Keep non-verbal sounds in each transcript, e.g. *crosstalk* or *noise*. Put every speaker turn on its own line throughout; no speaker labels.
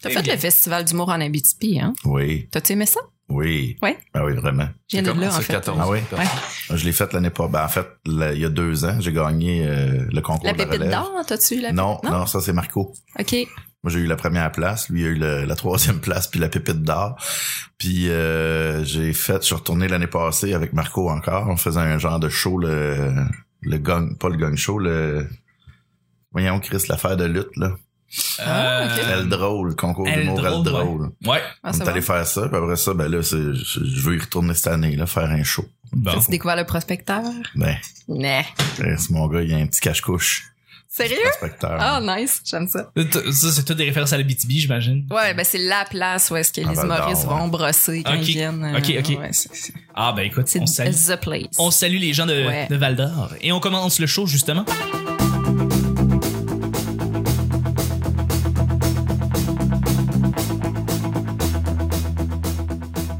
T'as fait le festival d'humour en Abitibi, hein?
Oui,
T'as-tu aimé ça?
oui.
Ouais.
Ah oui, vraiment.
Je viens de là, en fait.
14.
Ah ouais? Je l'ai fait l'année pas. Ben, en fait, là, il y a deux ans, j'ai gagné euh, le concours
La
de la
pépite
relève.
d'or, t'as-tu eu la
non,
pépite-
non, ça c'est Marco.
OK.
Moi, j'ai eu la première place, lui a eu le- la troisième *laughs* place, puis la pépite d'or. Puis euh, j'ai fait, je suis retourné l'année passée avec Marco encore. On faisait un genre de show, le, le gang, pas le gang show, le... Voyons, Chris, l'affaire de lutte, là.
Ah, ok.
Elle drôle, concours
Elle
d'humour, elle
drôle, ouais.
drôle.
Euh, Ouais.
Ah,
on
ça
est
va.
allé faire ça, puis après ça, ben là, c'est, je, je veux y retourner cette année, là, faire un show.
Bon.
T'as-tu découvert le prospecteur?
Ben,
Non.
c'est mon gars, il a un petit cache-couche.
Sérieux?
Prospecteur.
Ah, nice. J'aime ça.
Ça, c'est toutes des références à la BTB, j'imagine.
Ouais, ben c'est la place où est-ce que
Ah,
les
Val d'Or,
humoristes
ouais.
vont brosser quand
Ok.
ils viennent. euh,
Ok, ok.
ouais, c'est- c'est-
Ah, ben écoute,
c'est
on salue,
the place.
on salue les gens de,
Ouais.
de Val d'Or. Et on commence le show, justement.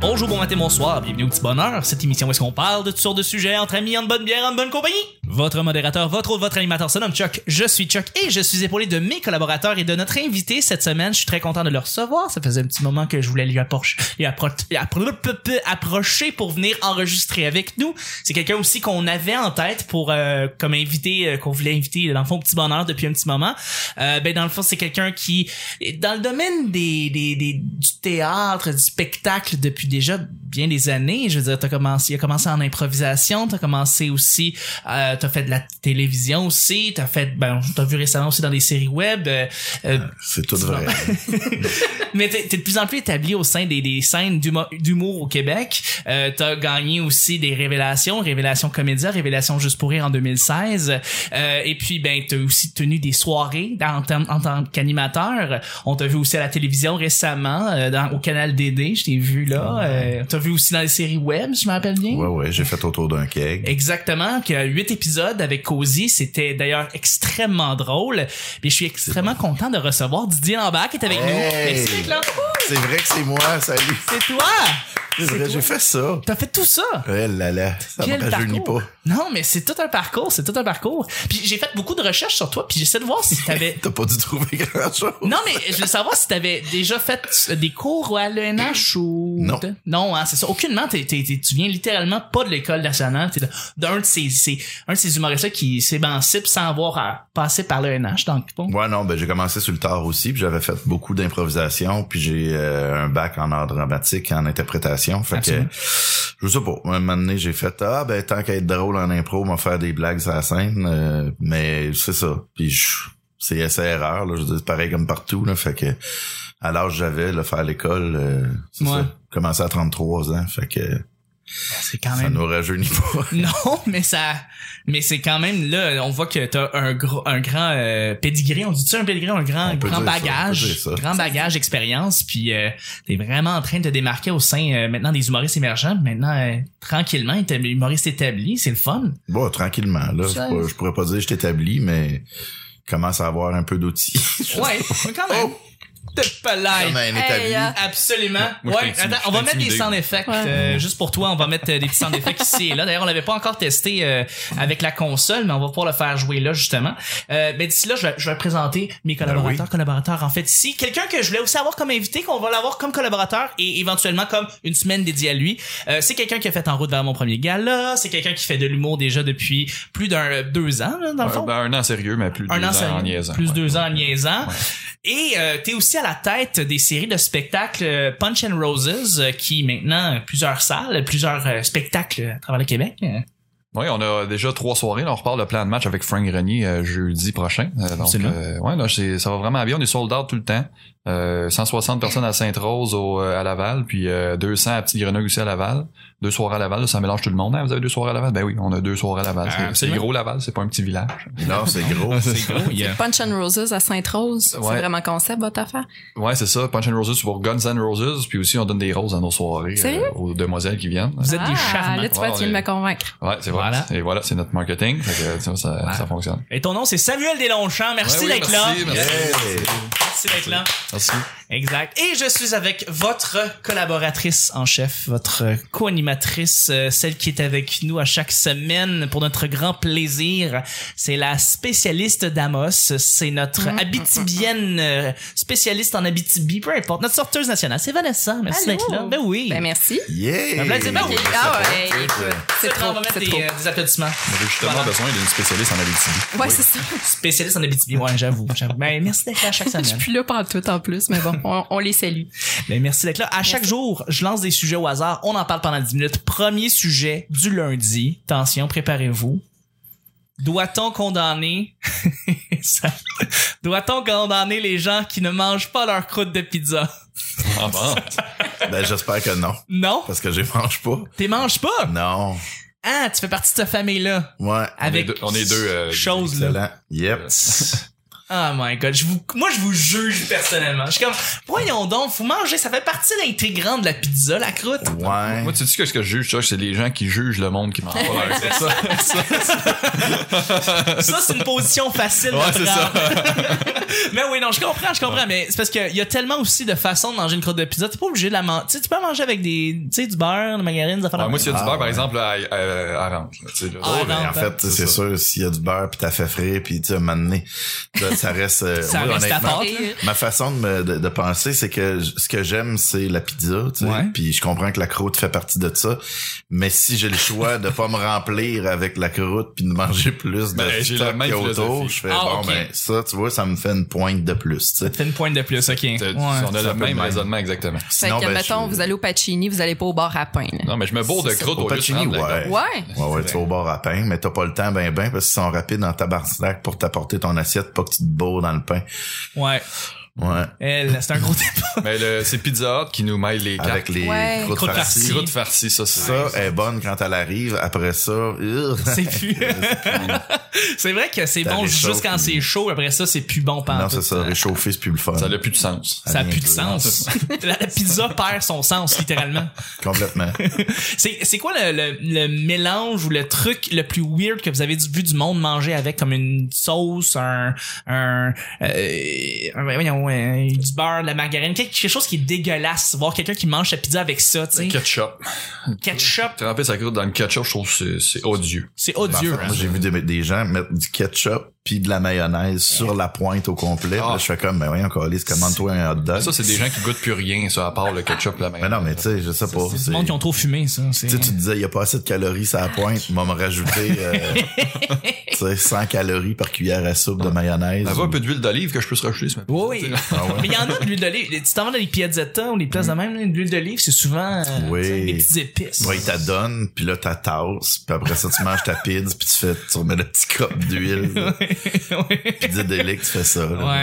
Bonjour, bon matin, bonsoir, bienvenue au petit bonheur. Cette émission où est-ce qu'on parle de toutes sortes de sujets entre amis, en bonne bière, en bonne compagnie. Votre modérateur, votre autre, votre animateur se nomme Chuck. Je suis Chuck et je suis épaulé de mes collaborateurs et de notre invité cette semaine. Je suis très content de le recevoir. Ça faisait un petit moment que je voulais lui approcher, lui appro- lui appro- peu- peu- approcher pour venir enregistrer avec nous. C'est quelqu'un aussi qu'on avait en tête pour euh, comme invité, euh, qu'on voulait inviter dans le fond au petit bonheur depuis un petit moment. Euh, ben dans le fond, c'est quelqu'un qui est dans le domaine des, des, des- du théâtre, du spectacle depuis déjà bien des années. Je veux dire, t'as commencé, il a commencé en improvisation, t'as commencé aussi, euh, t'as fait de la télévision aussi, t'as fait, ben, t'as vu récemment aussi dans des séries web. euh, euh,
C'est tout vrai.
mais t'es t'es de plus en plus établi au sein des, des scènes d'humo- d'humour au Québec. Euh, t'as gagné aussi des révélations, révélations comédia, révélations juste pour rire en 2016. Euh, et puis ben t'as aussi tenu des soirées dans- en, tant- en tant qu'animateur. On t'a vu aussi à la télévision récemment euh, dans, au canal DD. Je t'ai vu là. Euh, t'as vu aussi dans les séries web, si je me rappelle bien.
*laughs* ouais, ouais, j'ai fait autour d'un keg.
Exactement, que huit épisodes avec Cozy, c'était d'ailleurs extrêmement drôle. Puis je suis extrêmement content de recevoir Didier Lambert qui est avec
Hey!
nous. Merci, mec, là.
C'est vrai que c'est moi, salut.
C'est toi!
C'est vrai, j'ai fait ça.
T'as fait tout ça!
Eh là là, ça me
Quel
rajeunit
parcours!
pas.
Non, mais c'est tout un parcours, c'est tout un parcours. Puis j'ai fait beaucoup de recherches sur toi, puis j'essaie de voir si
*laughs*
t'avais.
T'as pas dû trouver grand-chose.
non, mais je veux savoir si t'avais déjà fait des cours à l'ENH ou.
Non.
Non, hein, c'est ça. Aucunement, t'es- t'es- t'es- tu viens littéralement pas de l'école nationale. T'es de- d'un de ces, ces- un de ces humoristes-là qui s'émancipe sans avoir à passer par l'ENH. Donc, bon.
Ouais, non, ben j'ai commencé sur le tard aussi, puis j'avais fait beaucoup d'improvisation, puis j'ai euh, un bac en art dramatique, en interprétation. Fait
Absolument.
que je sais pas, un moment donné, j'ai fait Ah ben tant qu'à être drôle en impro, m'en faire des blagues à la scène. euh, mais c'est ça. Puis je- c'est essai-erreur, là. Je veux dire, c'est pareil comme partout. Là, fait que à l'âge que j'avais, le faire l'école, euh, c'est
Ouais.
ça. Commencé à 33 ans. Fait que
C'est quand
ça
même.
nous rajeunit pas. *laughs*
Non, *laughs* mais ça, mais c'est quand même là. On voit que t'as un gros, un grand euh, pedigree. On dit tu un pedigree, un grand,
On peut
grand
dire ça, on peut
bagage,
dire ça.
grand bagage d'expérience. Puis euh, t'es vraiment en train de te démarquer au sein euh, maintenant des humoristes émergents. Maintenant, euh, tranquillement, t'es un humoriste établi. C'est le
*laughs*
fun.
Bon, tranquillement, là. Je
Ça-
pourrais- je pourrais pas dire que je t'établis, mais je commence à avoir un peu d'outils.
Ouais, mais quand
Oh!
même. T'es pas
Comme
*laughs*
un
Hey,
établi.
hein.
Absolument.
Moi, je
ouais,
suis intimidé-
attends, on va
je
mettre
suis
des
intimidé.
sound effects
Ouais.
euh, juste pour toi. On va mettre euh, des petits sound effects ici et là. D'ailleurs, on l'avait pas encore testé euh, avec la console, mais on va pouvoir le faire jouer là justement. Euh, ben d'ici là, je vais, je vais présenter mes collaborateurs,
Ben
collaborateurs en fait ici. Quelqu'un que je voulais aussi avoir comme invité, qu'on va l'avoir comme collaborateur et éventuellement comme une semaine dédiée à lui. Euh, c'est quelqu'un qui a fait en route vers mon premier gala. C'est quelqu'un qui fait de l'humour déjà depuis plus d'un euh, deux ans là, dans le
Ouais,
fond.
ben, un an sérieux, mais plus de deux ans,
sérieux,
en niaisant.
Plus
ouais.
deux ans en niaisant. Et euh, t'es aussi à la tête des séries de spectacles euh, Punch and Roses, euh, qui maintenant euh, plusieurs salles, plusieurs euh, spectacles à travers le Québec. Euh,
Oui, on a déjà trois soirées. Là, on repart le plan de match avec Frank Grenier euh, jeudi prochain. Euh, donc,
Absolument.
euh, ouais, là, c'est- ça va vraiment bien. On est sold out tout le temps. Euh, 160 personnes à Sainte-Rose au, euh, à Laval, puis euh, 200 à Petite-Grenouille aussi à Laval. Deux soirées à Laval, là, ça mélange tout le monde. Ah, vous avez deux soirées à Laval? Ben oui, on a deux soirées à Laval.
Ah,
C'est- c'est
absolument.
gros Laval, c'est pas un petit village.
Non, c'est gros.
Ah, C'est gros, il y a-
Punch and Roses à Sainte-Rose. C'est
Ouais.
vraiment concept, votre affaire.
Ouais, c'est ça. Punch and Roses c'est pour Guns and Roses, puis aussi on donne des roses à nos soirées euh,
Sérieux?
aux demoiselles qui viennent.
Vous êtes
ah,
des charmants.
Là, tu vois,
Ouais,
tu viens de
on
me
est-
convaincre.
Ouais, c'est vrai.
Voilà.
Et voilà, c'est notre marketing. Fait que, tu vois, ça,
Voilà.
ça fonctionne.
Et ton nom, c'est Samuel Deslongchamps. Merci
Ouais, oui,
d'être là.
merci,
Yeah.
merci.
Merci d'être là.
Merci.
Exact. Et je suis avec votre collaboratrice en chef, votre
euh,
co-animatrice, euh, celle qui est avec nous à chaque semaine pour notre grand plaisir. C'est la spécialiste d'Amos. C'est notre
Mm.
Abitibienne euh, spécialiste en Abitibi, peu importe. Notre sorteuse nationale. C'est Vanessa. Merci
Allô.
d'être là. Ben oui.
Ben, merci.
Un
Yeah!
applaudissement.
Ah ouais, écoute, c'est
Maintenant,
trop,
on va mettre
c'est
des,
trop.
euh, des applaudissements.
On avait justement
Voilà.
besoin d'une spécialiste en Abitibi.
Ouais, c'est ça.
Spécialiste en Abitibi. Ouais, j'avoue. j'avoue. Ben, merci d'être là à chaque
*laughs* Je suis
semaine.
plus là pour tout en plus, mais bon, on, on les salue.
Ben, merci d'être là. À chaque jour, je lance des sujets au hasard. On en parle pendant 10 minutes. Premier sujet du lundi. Attention, préparez-vous. Doit-on condamner *laughs* Ça- Doit-on condamner les gens qui ne mangent pas leur croûte de pizza
Ah bon?
Ben, j'espère que non.
Non,
Parce que je les mange pas.
t'es manges pas.
Non.
Ah, tu fais partie de cette famille-là
Ouais.
avec
deux- on est deux, euh,
choses là.
Excellent. Yep.
Oh my god, je vous, moi je vous juge personnellement. Je suis comme, voyons donc, vous mangez, ça fait partie intégrante de la pizza, la croûte.
Ouais.
Moi, tu dis que ce que je juge, ça, c'est les gens qui jugent le monde qui m'en parle. C'est ça.
Ça, c'est une position facile.
Ouais,
à
c'est ça.
prendre. *laughs* mais oui, non, je comprends, je comprends. Mais c'est parce qu'il y a tellement aussi de façons de manger une croûte de pizza. T'es pas obligé de la manger. Tu sais, tu peux la manger avec des, tu sais, du beurre, de la margarine, des affaires
Ouais,
de-
moi, s'il y a du
Ah,
beurre, par
ouais.
exemple, là, à- à- à orange. là, tu sais, là. Oh,
Ah,
Ouais, ben,
non, ben,
en fait, c'est
c'est ça.
sûr, s'il y a du beurre puis t'as fait frire puis tu sais, un moment donné, ça- ça reste, euh,
Ça
moi,
reste ta
honnêtement,
part.
Ma façon de, me- de, de penser, c'est que j- ce que j'aime, c'est la pizza, tu sais.
Ouais.
Puis je comprends que la croûte fait partie de ça. Mais si j'ai le choix de pas me remplir avec la croûte puis de manger plus de
Ben, j'ai
stock
la même
qu'il y a autour,
philosophie.
je fais
Ah,
bon
ok.
ben ça, tu vois, ça me fait une pointe de plus, tu sais.
Fais une pointe de plus, ok.
T'as-
Ouais.
On a
ça
le
peut
même
bien.
raisonnement, exactement.
Fait
Sinon,
que,
ben,
mettons,
je-
vous allez au Pacini, vous allez pas au bar à pain. là.
Non, mais je me bourre de
C'est ça.
croûte
Au
au lieu de
Pacini,
prendre la
ouais.
gomme.
Ouais.
*laughs*
Ouais, ouais, tu vas au bord à pain, mais t'as pas le temps ben ben parce qu'ils sont rapides en tabarnak pour t'apporter ton assiette, pas que tu te bourres dans le pain.
Ouais.
Ouais.
Elle, c'est un gros débat. *laughs*
Mais le- c'est Pizza Hut qui nous mêle les
Avec
cartes.
les
Ouais.
croûtes
Croûtes
farcies.
farcies.
Croûte farcie, ça, c'est
Ça est bonne quand elle arrive. Après ça, ugh.
C'est
*laughs*
plus. c'est vrai que c'est
T'as
bon
les
juste
choses
quand
qui-
c'est chaud. Après ça, c'est plus bon pendant.
non, c'est ça. Réchauffer, c'est plus le fun.
Ça n'a plus de sens.
Ah, Ça a
rien
plus de
de *laughs*
sens. la la pizza perd son sens, littéralement.
Complètement. Ben,
C'est c'est quoi le, le- le mélange ou le truc le plus weird que vous avez du- vu du monde manger avec comme une sauce, un, un, euh, un- voyons, un- du beurre, de la margarine, quelque, quelque chose qui est dégueulasse. Voir quelqu'un qui mange sa pizza avec ça, tu sais,
Ketchup.
ketchup,
Tremper sa croûte dans le ketchup, je trouve que c'est- c'est odieux.
c'est
Ben, en fait,
odieux. hein.
moi, j'ai vu des, des gens mettre du ketchup puis de la mayonnaise sur la pointe au complet.
Ah.
Là, je fais comme, mais voyons, Calis, commande-toi un hot dog.
Ça, c'est des gens qui goûtent plus rien, ça, à part le ketchup, la
mais
main.
non, mais tu sais, je sais pas.
c'est
c'est-
du monde qui ont trop fumé, ça. c'est-
Tu sais, tu te disais, il y a pas assez de calories sur la pointe, on va me rajouter, euh, tu sais, 100 calories par cuillère à soupe de mayonnaise. Ah
T'avais Ben, un peu d'huile d'olive que je peux se rajouter ce matin.
Oui, oui. Mais il y en a de l'huile d'olive. Tu t'en vas dans les piazzetta ou les places de même, là, de l'huile d'olive, c'est souvent euh,
Oui.
tu sais, des petites épices.
Ouais, il t'adonne, puis là, t'as tasse, puis après ça, tu manges ta pizza, puis tu fais, tu remets le petit cop
*laughs*
d'huile,
*laughs* Ouais.
pizza délic, tu fais ça. là.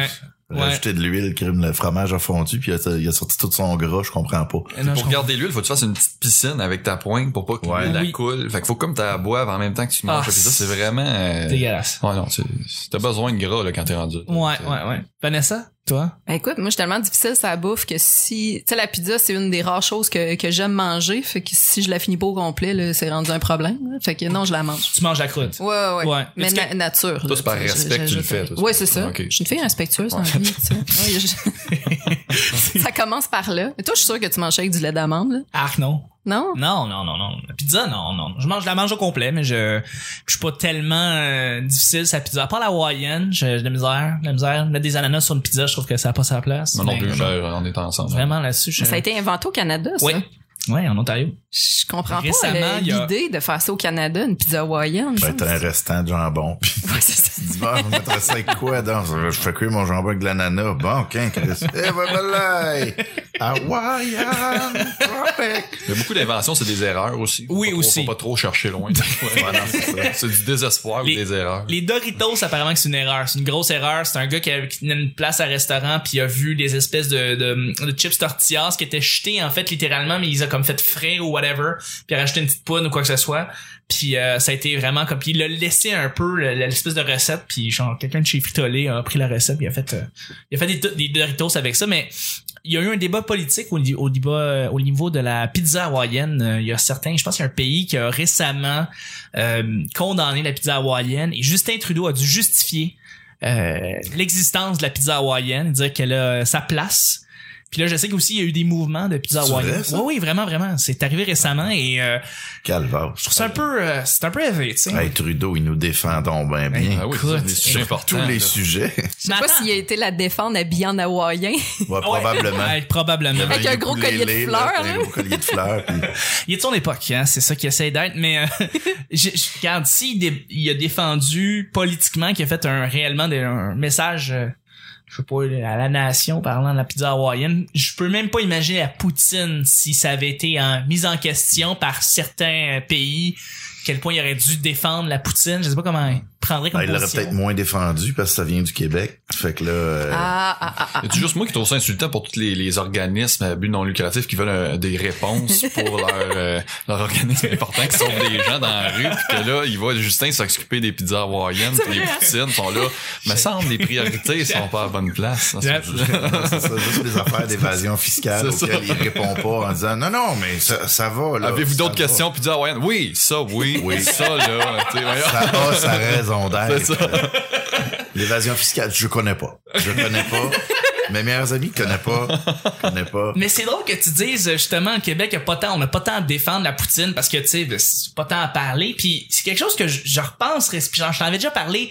Ouais.
Rajouter de l'huile, crime, le fromage a fondu, puis il a, il a sorti tout son gras, je comprends pas.
Non, je
Pour garder l'huile, faut que tu fasses une petite piscine avec ta pointe pour pas que
Ouais.
l'huile la
Oui.
coule. Fait que faut comme t'as boives en même temps que tu manges
Ah,
la pizza. C'est vraiment. euh,
Dégueulasse.
Ouais, non, c'est- t'as besoin de gras, là, quand t'es rendu.
Ouais,
C'est-
ouais, ouais. Vanessa, toi?
Ben, écoute, moi, je suis tellement difficile sur la bouffe que si, tu sais, la pizza, c'est une des rares choses que, que j'aime manger. Fait que si je la finis pas au complet, là, c'est rendu un problème. là. Fait que non, je la mange.
Tu manges la croûte.
Ouais, ouais.
Ouais.
Mais
Est-ce que-
na- nature.
Toi,
là,
c'est par
tu sais,
respect
je-
que
je-
tu le
je-
fais, toi,
Ouais,
c'est-
c'est ça.
Ok.
Je suis une fille respectueuse dans la vie, tu sais. Ouais, je- ça commence par là. Et toi, je suis sûre que tu manges ça avec du lait d'amande, là.
Arc, Ah, non.
Non?
Non, non, non, non. La pizza, non, non. Je mange, je la mange au complet, mais je, je suis pas tellement euh, difficile sa pizza. À part la hawaïenne, j'ai de la misère, de la misère. Mettre des ananas sur une pizza, je trouve que ça a pas sa place.
Moi non
Mais
plus, je- on est ensemble.
Vraiment là-dessus, je...
Ça a été inventé au Canada, ça.
Oui. Ouais, en Ontario.
Je comprends
Récemment,
pas
il y a-
le- l'idée de faire ça au Canada, une pizza hawaïenne.
Ben,
ça.
t'as un restant de jambon. Puis
Ouais, c'est ça.
tu dis, bon, on mettra ça avec quoi donc? Je fais cuire mon jambon avec de l'ananas. Bon, ok, Chris. Eh, ben, ben, là, hey. Hawaiian Tropic.
Il y a beaucoup d'inventions, c'est des erreurs aussi.
Oui,
Faut pas trop-
aussi.
Faut pas trop
*laughs*
chercher loin. Voilà, c'est ça. c'est du désespoir
Les-
ou des erreurs.
Les Doritos, apparemment, que c'est une erreur. C'est une grosse erreur. C'est un gars qui a, qui a une place à restaurant puis il a vu des espèces de, de, de chips tortillas qui étaient jetées, en fait, littéralement, mais ils ont comme fait frire ou whatever, puis il a rajouté une petite poudre ou quoi que ce soit. Puis euh, ça a été vraiment comme... Puis il a laissé un peu le- l'espèce de recette, puis genre, quelqu'un de chez Frito-Lay a pris la recette puis il a fait, euh, il a fait des, des Doritos avec ça, mais... Il y a eu un débat politique au, ni- au débat, euh, au niveau de la pizza hawaïenne. Euh, Il y a certains, je pense qu'il y a un pays qui a récemment euh, condamné la pizza hawaïenne et Justin Trudeau a dû justifier euh, l'existence de la pizza hawaïenne, dire qu'elle a euh, sa place. Puis là, je sais qu'aussi, il y a eu des mouvements de pizza
C'est
hawaïenne.
vrai, ça?
oui, oui, vraiment, vraiment. C'est arrivé récemment et euh,
Calvaire.
je trouve ça un peu, euh, c'est un peu élevé, tu sais.
Hey, Trudeau, il nous défend donc bien bien.
Ah oui,
Écoute,
c'est des sujets
Tous
importants.
*laughs*
les
là.
sujets.
Je sais
Mais
pas
attends.
s'il a été la défendre habillée en hawaïen.
Ouais,
Ouais.
probablement.
Ouais, probablement.
Avec un
Les
gros collier de
ukulélés,
fleurs,
là, Un
hein.
gros collier de fleurs. puis-
Il est de son époque, hein, c'est ça qu'il essaie d'être, mais euh, je, je regarde, s'il dé- il a défendu politiquement, qu'il a fait un réellement des- un message, euh, je sais pas, à la nation parlant de la pizza hawaïenne, je peux même pas imaginer à Poutine si ça avait été en, mise en question par certains euh, pays, quel point il aurait dû défendre la Poutine, je sais pas comment il prendrait comme
Ah, il l'aurait
position.
peut-être moins défendu parce que ça vient du Québec. Fait que là, euh,
Ah, ah, ah, ah.
Y a juste moi qui trouve ça insultant pour tous les, les organismes à but non lucratif qui veulent euh, des réponses pour leur, euh, leur organisme important qui sauve des gens dans la rue puis que là, il va Justin s'occuper des pizzas hawaïennes
C'est
puis les
vrai.
poutines sont là. Me semble les priorités sont pas à la bonne place. Ça, c'est-
c'est ça, juste des
*laughs*
affaires d'évasion fiscale
C'est ça.
auxquelles il répond pas en disant non, non, mais ça, ça va. là,
Avez-vous
ça
d'autres
va.
questions pizza hawaïenne? Oui, ça oui, oui. ça là, tu sais, voyons.
Ça a sa raison
*laughs* C'est
d'être.
ça.
L'évasion fiscale, je connais pas. Je connais pas. Mes meilleurs amis connaissent pas. Connais pas.
Mais c'est drôle que tu dises euh, justement au Québec, y a pas tant, on n'a pas tant à défendre la poutine parce que tu sais, ben, c'est pas tant à parler. Puis c'est quelque chose que je, je repense, puis j'en je t'en avais déjà parlé.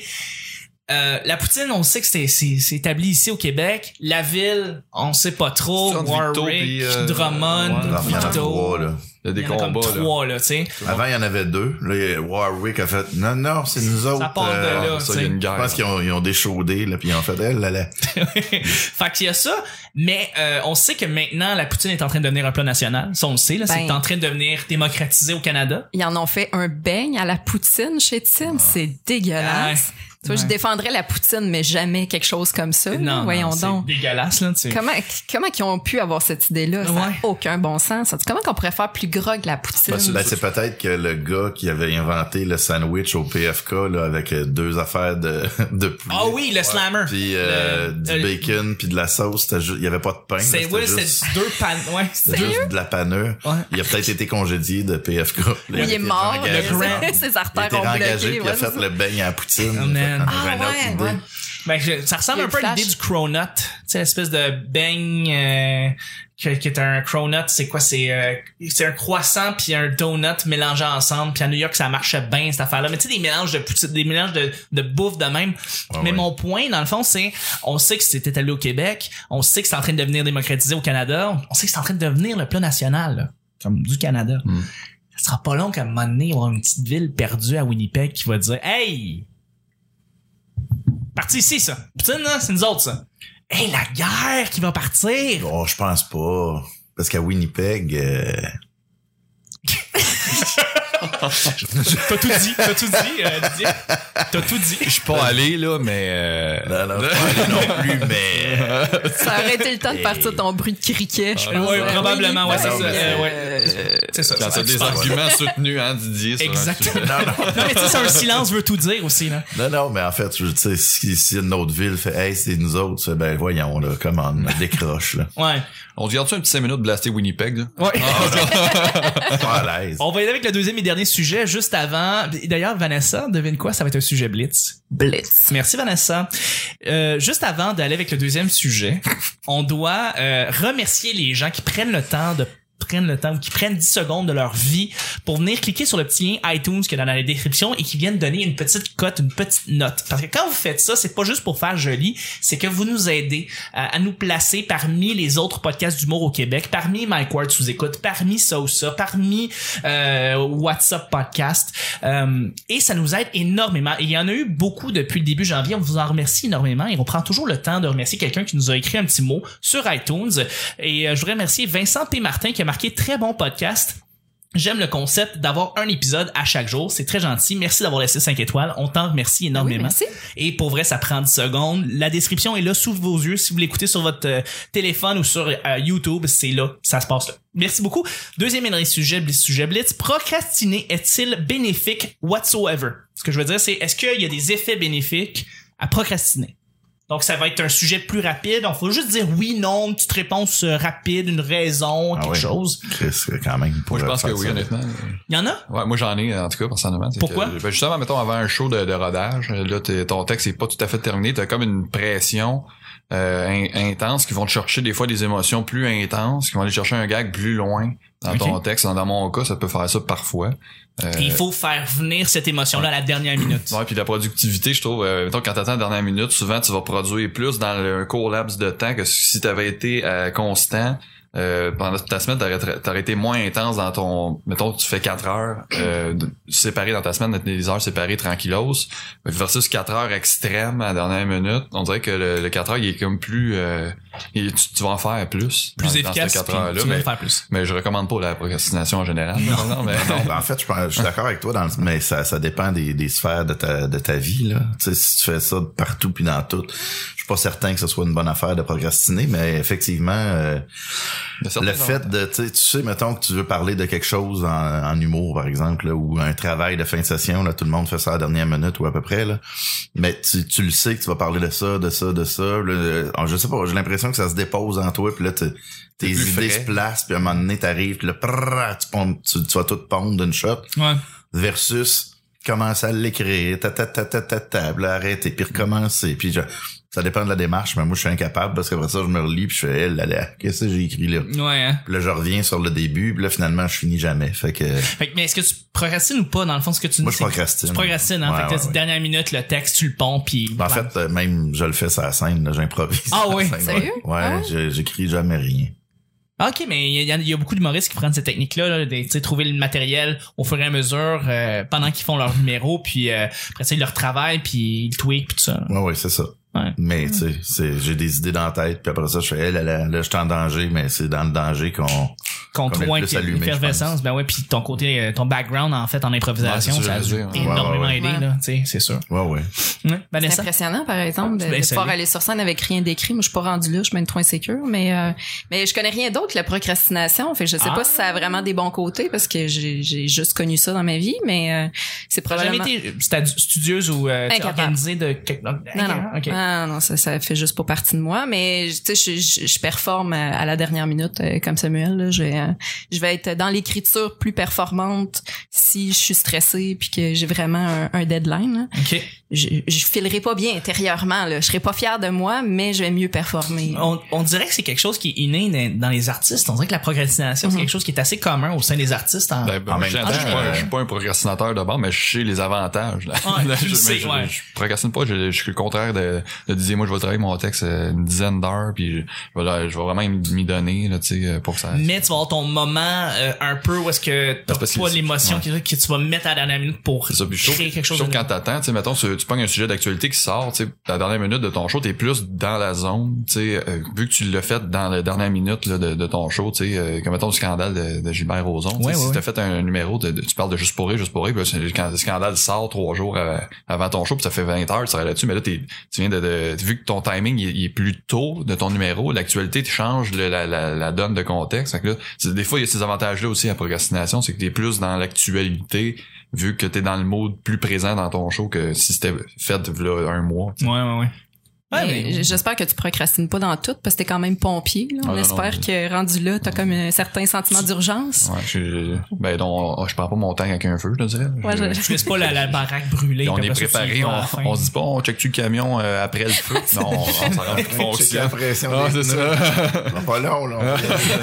Euh, la poutine, on sait que c'est c'est- c'est établi ici au Québec. La ville, on sait pas trop.
Centre Victo,
Warwick,
puis, euh,
Drummond,
ouais.
Il y en a
Victo.
trois, là.
Il y a
Il
des
y en a comme
combats là.
trois, là, tu sais.
Avant, il y en avait deux. Là, Warwick a fait non, non, c'est nous autres.
part de
euh,
là.
Ça, il y a une
Je
guerre.
pense qu'ils ont, ils ont déchaudé, là, puis ils ont fait elle, là, là.
*laughs* Fait qu'il y a ça, mais euh, on sait que maintenant, la poutine est en train de devenir un plat national. Ça, on le sait, là. C'est
Ben.
en train de devenir démocratisé au Canada.
Ils en ont fait un beigne à la poutine chez Tim. C'est dégueulasse. Tu vois, je
Ah. Ouais.
défendrais la poutine, mais jamais quelque chose comme ça.
Non,
Voyons
non, c'est
donc.
dégueulasse, là, tu sais.
Comment, comment qu'ils ont pu avoir cette idée-là? Ça n'a
Ouais.
aucun bon sens. Comment qu'on pourrait faire plus gras que la poutine?
Ben, c'est- ben, c'est peut-être que le gars qui avait inventé le sandwich au PFK, là, avec euh, deux affaires de, *laughs* de poulet.
Ah oui, le slammer.
Puis euh,
Le-
du
le-
bacon, puis de la sauce. c'était ju- Il y avait pas de pain. là,
C'est
C'était
ouais,
juste,
c'est deux pannes. Ouais,
c'était juste de la panure.
Ouais.
Il a peut-être été congédié de PFK.
Ou il est mort.
engagé.
Le grand-
ses- Ses
Il a
artères
été
ont
réengagé,
bloqué.
puis il a
ouais,
fait
c'est
le beigne à la poutine.
Oh, man.
Il avait
Ah,
une autre
ouais,
idée.
ouais.
Ben, je- ça ressemble
Il y a
un peu à
le
l'idée du
flash.
cronut. Tu sais, l'espèce de beigne euh, que- qui est un cronut. C'est quoi? C'est euh, c'est un croissant puis un donut mélangés ensemble. Puis à New York, ça marchait bien, cette affaire-là. Mais tu sais, des mélanges de poutine- des mélanges de, de bouffe de même. Mais
ouais.
mon point, dans le fond, c'est on sait que c'était établi au Québec. On sait que c'est en train de devenir démocratisé au Canada. On- On sait que c'est en train de devenir le plat national, là, comme du Canada.
Mm.
Ça sera pas long qu'à un moment donné, il y aura une petite ville perdue à Winnipeg qui va dire « Hey! » Parti ici, ça. Poutine, là, c'est nous autres, ça. Hey, la guerre qui va partir!
Oh, je pense pas. Parce qu'à Winnipeg, euh,
T'as tout dit, t'as tout dit, euh, Didier. T'as tout dit.
Je suis pas allé là, mais euh,
non, non, pas aller *laughs* non plus, mais euh,
ça. Ça aurait été le temps de partir ton bruit de criquet, je pense.
ouais,
Euh,
probablement,
oui,
ouais,
c'est
oui,
ça,
euh,
Ben C'est ça.
t'as
ça,
des
ça.
arguments soutenus, hein, Didier. sur un
Exactement.
sujet.
Non,
*laughs*
mais tu sais, c'est un silence veut tout dire aussi, là.
non, non, mais en fait, tu sais, si, si une autre ville fait, hey, c'est nous autres, tu fais, ben voyons là, comment on décroche
*laughs*
là,
Ouais.
On se garde-tu un petit 5 minutes de blaster Winnipeg, là?
Ouais.
pas à l'aise.
On va y aller avec le deuxième et dernier sujet juste avant. D'ailleurs, Vanessa, devine quoi, ça va être un sujet blitz.
Blitz.
Merci Vanessa. Euh, juste avant d'aller avec le deuxième sujet, on doit euh, remercier les gens qui prennent le temps de prennent le temps, qui prennent 10 secondes de leur vie pour venir cliquer sur le petit lien iTunes qui est dans la description et qui viennent donner une petite cote, une petite note. Parce que quand vous faites ça, c'est pas juste pour faire joli, c'est que vous nous aidez euh, à, à nous placer parmi les autres podcasts d'humour au Québec, parmi Mike Ward sous écoute, parmi ça ou ça, parmi euh, WhatsApp Podcast. Euh, et ça nous aide énormément. Et il y en a eu beaucoup depuis le début janvier. On vous en remercie énormément et on prend toujours le temps de remercier quelqu'un qui nous a écrit un petit mot sur iTunes. Et euh, je voudrais remercier Vincent P. Martin qui a marqué très bon podcast. J'aime le concept d'avoir un épisode à chaque jour. C'est très gentil. Merci d'avoir laissé 5 étoiles. On t'en remercie
Ben Oui,
énormément.
merci.
Et pour vrai, ça prend 10 secondes. La description est là sous vos yeux. Si vous l'écoutez sur votre euh, téléphone ou sur euh, YouTube, c'est là. Ça se passe là. Merci beaucoup. Deuxième et dernier sujet, bl- sujet Blitz. Procrastiner est-il bénéfique whatsoever? Ce que je veux dire, c'est est-ce qu'il y a des effets bénéfiques à procrastiner? Donc, ça va être un sujet plus rapide. On faut juste dire oui, non, une petite réponse euh, rapide, une raison,
Ah
quelque
oui.
chose.
Chris, quand même.
Moi, je pense que
faire
oui,
ça.
honnêtement.
Il y en a?
Ouais, moi, j'en ai, en tout cas, personnellement. C'est
Pourquoi?
que, ben, justement, mettons, avant un show de, de rodage, là, t'es- ton texte est pas tout à fait terminé. T'as comme une pression euh, in- intenses qui vont te chercher des fois des émotions plus intenses, qui vont aller chercher un gag plus loin dans ton texte. Dans mon cas, ça peut faire ça parfois. Euh,
Il faut faire venir cette émotion-là à la dernière minute.
Ouais, puis la productivité, je trouve, euh, mettons, quand t'attends la dernière minute, souvent, tu vas produire plus dans le- un court laps de temps que si t'avais été euh, constant. Euh, pendant ta semaine, t'aurais t'aurais été moins intense dans ton... Mettons, tu fais 4 heures euh, de- séparées dans ta semaine, des heures séparées tranquillos, versus 4 heures extrêmes à la dernière minute. On dirait que le, le 4 heures, il est comme plus... euh, il- tu, tu vas en faire plus.
Plus
dans- dans
efficace,
ces
puis
quatre heures-là,
tu vas
mais,
en faire plus.
mais je recommande pas la procrastination en général. Non, non, mais
*laughs*
non.
Ben, en fait, je, pense- je suis d'accord avec toi, dans le- mais ça, ça dépend des, des sphères de ta, de ta vie. Là. Tu sais, si tu fais ça partout puis dans tout, je suis pas certain que ce soit une bonne affaire de procrastiner, mais effectivement, euh,
Il y a certains
le fait de, tu sais, tu sais, mettons que tu veux parler de quelque chose en, en humour, par exemple, là, ou un travail de fin de session, là, tout le monde fait ça à la dernière minute ou à peu près, là. mais tu, tu le sais que tu vas parler de ça, de ça, de ça. Là, euh, je sais pas, j'ai l'impression que ça se dépose en toi, puis là, tu- tes
plus
idées
frais.
se placent, puis à un moment donné, t'arrives, puis là, prrrr, tu, pompes- tu, tu vas tout pondre d'une shot
Ouais.
versus commencer à l'écrire, ta ta ta ta ta ta, puis là, arrêter, puis recommencer, puis je- ça dépend de la démarche, mais moi je suis incapable parce qu'après ça je me relis puis je fais, Eh là, là, qu'est-ce que j'ai écrit là
Ouais. hein.
Puis là je reviens sur le début, puis là finalement je finis jamais, fait que
Fait que, mais est-ce que tu procrastines ou pas, dans le fond, ce que tu
moi
dis,
je
c'est que
procrastine.
Tu procrastines, hein?
Ouais,
fait que
ouais,
t'as cette
ouais.
dernière minute, le texte, tu le ponds, puis...
En fait euh, même je le fais sur la scène, là, j'improvise.
Ah
*laughs* sur la
oui?
scène,
Sérieux?
Ouais,
Ah
Ouais, je- j'écris jamais rien.
Ah, OK, mais il y, a- il y a beaucoup d'humoristes qui prennent cette technique-là, là, de tu sais, trouver le matériel au fur et à mesure euh, pendant qu'ils font
*laughs*
leur numéro, puis euh, après ça, ils leur travail, puis ils tweakent, puis tout ça.
Ouais ouais, c'est ça.
Ouais.
Mais tu
Hmm.
sais, c'est- j'ai des idées dans la tête, puis après ça je fais Eh là, là, là je suis en danger, mais c'est dans le danger qu'on
Qu'on
Comme le
trouve
plus
une
allumé, je
effervescence, ben ouais, puis ton côté, euh, ton background, en fait, en improvisation,
Ouais, c'est
ça a
sûr,
dû
ouais.
énormément
Ouais, ouais,
aidé,
ouais.
là, tu sais, c'est sûr.
Ouais ouais.
Hum,
C'est
Vanessa?
impressionnant, par exemple, de,
Ben,
de
salut.
pouvoir aller sur scène avec rien d'écrit. Moi, je suis pas rendu là, je suis même trop insécure, mais euh, mais je connais rien d'autre que la procrastination. Fait que je sais
Ah.
pas si ça a vraiment des bons côtés parce que j'ai j'ai juste connu ça dans ma vie, mais euh, c'est
T'as jamais
probablement
été stadu- studieuse ou euh, tu sais,
Incapable.
organisée de... quelque- Non,
non, non.
OK.
Ah, non, ça, ça fait juste pas partie de moi, mais tu sais, je, je, je performe à à la dernière minute euh, comme Samuel. Là, je, vais, euh, je vais être dans l'écriture plus performante si je suis stressée puis que j'ai vraiment un, un deadline. là.
OK.
Je, je filerai pas bien intérieurement. Là. Je serai pas fière de moi, mais je vais mieux performer.
On, on dirait que c'est quelque chose qui est inné dans- dans les artistes. On dirait que la procrastination, c'est
Mhm.
quelque chose qui est assez commun au sein des artistes. hein. En...
Ben, ben,
En
je
même
suis-
temps,
je suis pas-
euh,
je suis pas un procrastinateur de bord, mais je sais les avantages. là.
Ouais,
*laughs* Là,
tu le
je,
sais,
je-
ouais.
je procrastine pas, je, je suis le contraire de, de dire moi je vais travailler mon texte euh, une dizaine d'heures puis je, je vais, là- je vais vraiment m'y donner là, tu sais, euh, pour que ça.
mais tu vas avoir ton moment euh, un peu où est-ce que t'as
Ben, C'est parce que
pas
c'est-
l'émotion que- que tu vas mettre à la dernière minute pour
C'est ça, puis je trouve,
créer quelque
je
chose.
trouve
de-
quand t'attends, tu sais, mettons, tu, tu pognes un sujet d'actualité qui sort, tu sais, la dernière minute de ton show, t'es plus dans la zone, tu sais, euh, vu que tu l'as fait dans la dernière minute là, de, de ton show, tu sais, euh, comme mettons le scandale de, de Gilbert Rozon, tu sais,
Ouais,
si
ouais,
t'as fait un numéro, de, de- tu parles de juste pour rire, juste pour rire, puis là, c'est- quand le scandale sort trois jours euh, avant ton show, puis ça fait 20 heures, tu serais là-dessus, mais là, t'es- tu viens de, de- vu que ton timing il, il est plus tôt de ton numéro, l'actualité tu changes le- la, la, la donne de contexte, Fait que là, c'est- des fois il y a ces avantages-là aussi à procrastination, c'est que t'es plus dans l'actualité vu que t'es dans le mode plus présent dans ton show que si c'était fait v'là un mois.
Ouais, ouais, ouais. Ouais,
Mais
mais-
J'espère que tu procrastines pas dans tout parce que t'es quand même pompier. là.
Ah,
On
non,
espère
non.
que rendu là, t'as comme un certain sentiment d'urgence.
Ouais, je, ben donc, oh, je prends pas mon temps avec un feu, je te dirais.
Ouais,
Je-
je-
tu laisses pas la, la baraque brûler.
Puis on
puis
est
après ça, tu y
préparé,
vas à
on,
la fin. *laughs*
on se dit pas on check tu le camion euh, après le feu. non, on, on s'en rend compte qu'il
C'est la
fonctionne.
pression.
Ah,
des
c'est
pneus. *laughs*
ça.
Ça va Pas long, là.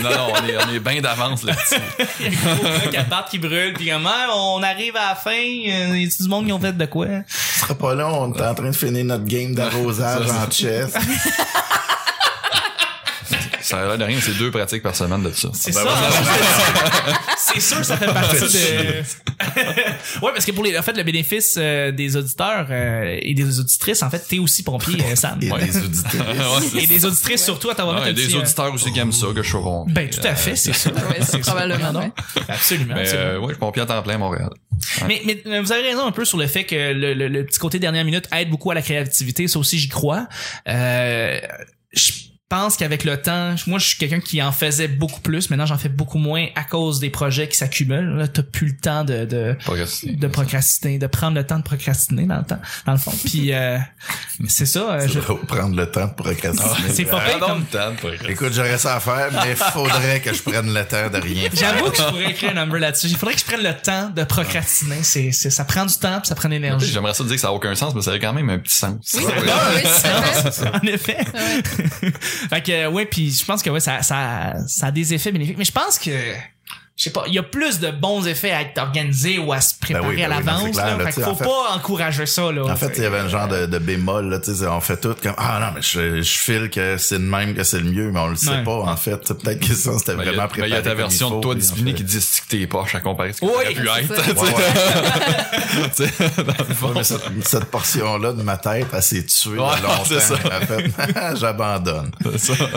non, non,
*laughs*
on est, on est bien d'avance là-dessus.
Il y a le gros bloc à part qui brûle, puis comme, Ah, on arrive à la fin, euh, y a du monde qui ont fait de quoi?
Ce sera pas long, on est en train de finir notre game d'arrosage en chess.
Ça a l'air de rien, mais c'est deux pratiques par semaine de ça.
C'est ça.
Ah, ben
hein,
*laughs*
c'est sûr que ça fait partie de. *laughs* ouais, parce que pour les, en fait, le bénéfice euh, des auditeurs euh, et des auditrices, en fait, t'es aussi pompier, euh, Sam.
Et
Ouais.
des
*laughs*
auditeurs.
Ouais, c'est-
Et des auditrices surtout à ta
Non, il y a des auditeurs aussi qui aiment ça, que je suis rond.
euh, Ben tout à fait, *laughs* c'est ça.
Ouais, c'est probablement, ouais.
Absolument.
Mais
absolument.
euh, ouais, je suis pompier à temps plein à Montréal.
Mais, mais, euh, vous avez raison un peu sur le fait que le, le- le petit côté dernière minute aide beaucoup à la créativité. Ça aussi, j'y crois. Euh, je pense qu'avec le temps, moi je suis quelqu'un qui en faisait beaucoup plus, maintenant j'en fais beaucoup moins à cause des projets qui s'accumulent. Là, t'as plus le temps de, de
Progressif.
de procrastiner, de prendre le temps de procrastiner dans le temps, dans le fond. Puis euh, c'est ça.
*laughs*
euh,
Je
je-
vais prendre le temps de procrastiner.
C'est pas pire
Prends
comme-
donc Ah, le temps de progresser.
Écoute, j'aurais Ah, ça à faire, mais faudrait que je prenne le temps de rien faire.
J'avoue que je pourrais écrire un number là-dessus. Il faudrait que je prenne le temps de procrastiner. C'est, c'est- ça prend du temps, puis ça prend de
Tu sais,
l'énergie.
J'aimerais ça dire que ça n'a aucun sens, mais ça a quand même un petit sens.
Oui,
Ouais.
*laughs* oui, ça fait.
*laughs* en effet. fait que euh, ouais, puis je pense que ouais, ça, ça, ça a des effets bénéfiques. Mais je pense que je sais pas, il y a plus de bons effets à être organisé ou à se préparer
oui, ben
à
oui, non,
l'avance.
c'est clair,
là.
là,
fait
tu
qu'il
sais,
faut
en fait-
pas encourager ça là.
En fait, il y avait un genre de, de bémol, là, tu sais, on fait tout comme, ah non, mais je, je file que c'est le même, que c'est le mieux, mais on le sait
Ouais.
pas, en fait. Peut-être que ça, c'était
Mais il y a-
vraiment
mais
préparé.
il y a ta
comme
version
il faut,
de toi
puis on
disciplinée
fait-
qui distique tes poches à comparer ce que
Oui,
t'aurais pu
c'est ça.
être. tu sais.
Ouais, ouais.
*laughs* Tu sais, dans le fond.
Ouais, mais cette, *laughs* cette portion-là de ma tête, elle s'est tuée
Ouais,
il y a longtemps.
c'est ça.
En fait, *laughs* j'abandonne.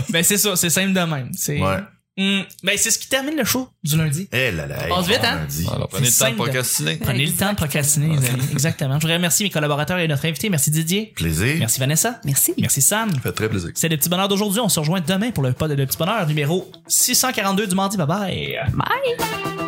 Ben c'est ça, c'est simple de même. C'est,
Ouais.
Hmm, ben c'est ce qui termine le show du lundi.
Eh là là.
Passe
hey,
vite,
on
hein?
a dit.
Alors, prenez le
C'est
temps de
simple.
procrastiner.
Prenez le temps de procrastiner, les
*laughs*
amis. Exactement. Je voudrais remercier mes collaborateurs et notre invité. Merci Didier.
Plaisir.
Merci Vanessa.
Merci.
Merci Sam.
fait très plaisir.
C'est le petit bonheur d'aujourd'hui. On se rejoint demain pour le pod de petit bonheur numéro 642 du mardi. Bye bye.
Bye.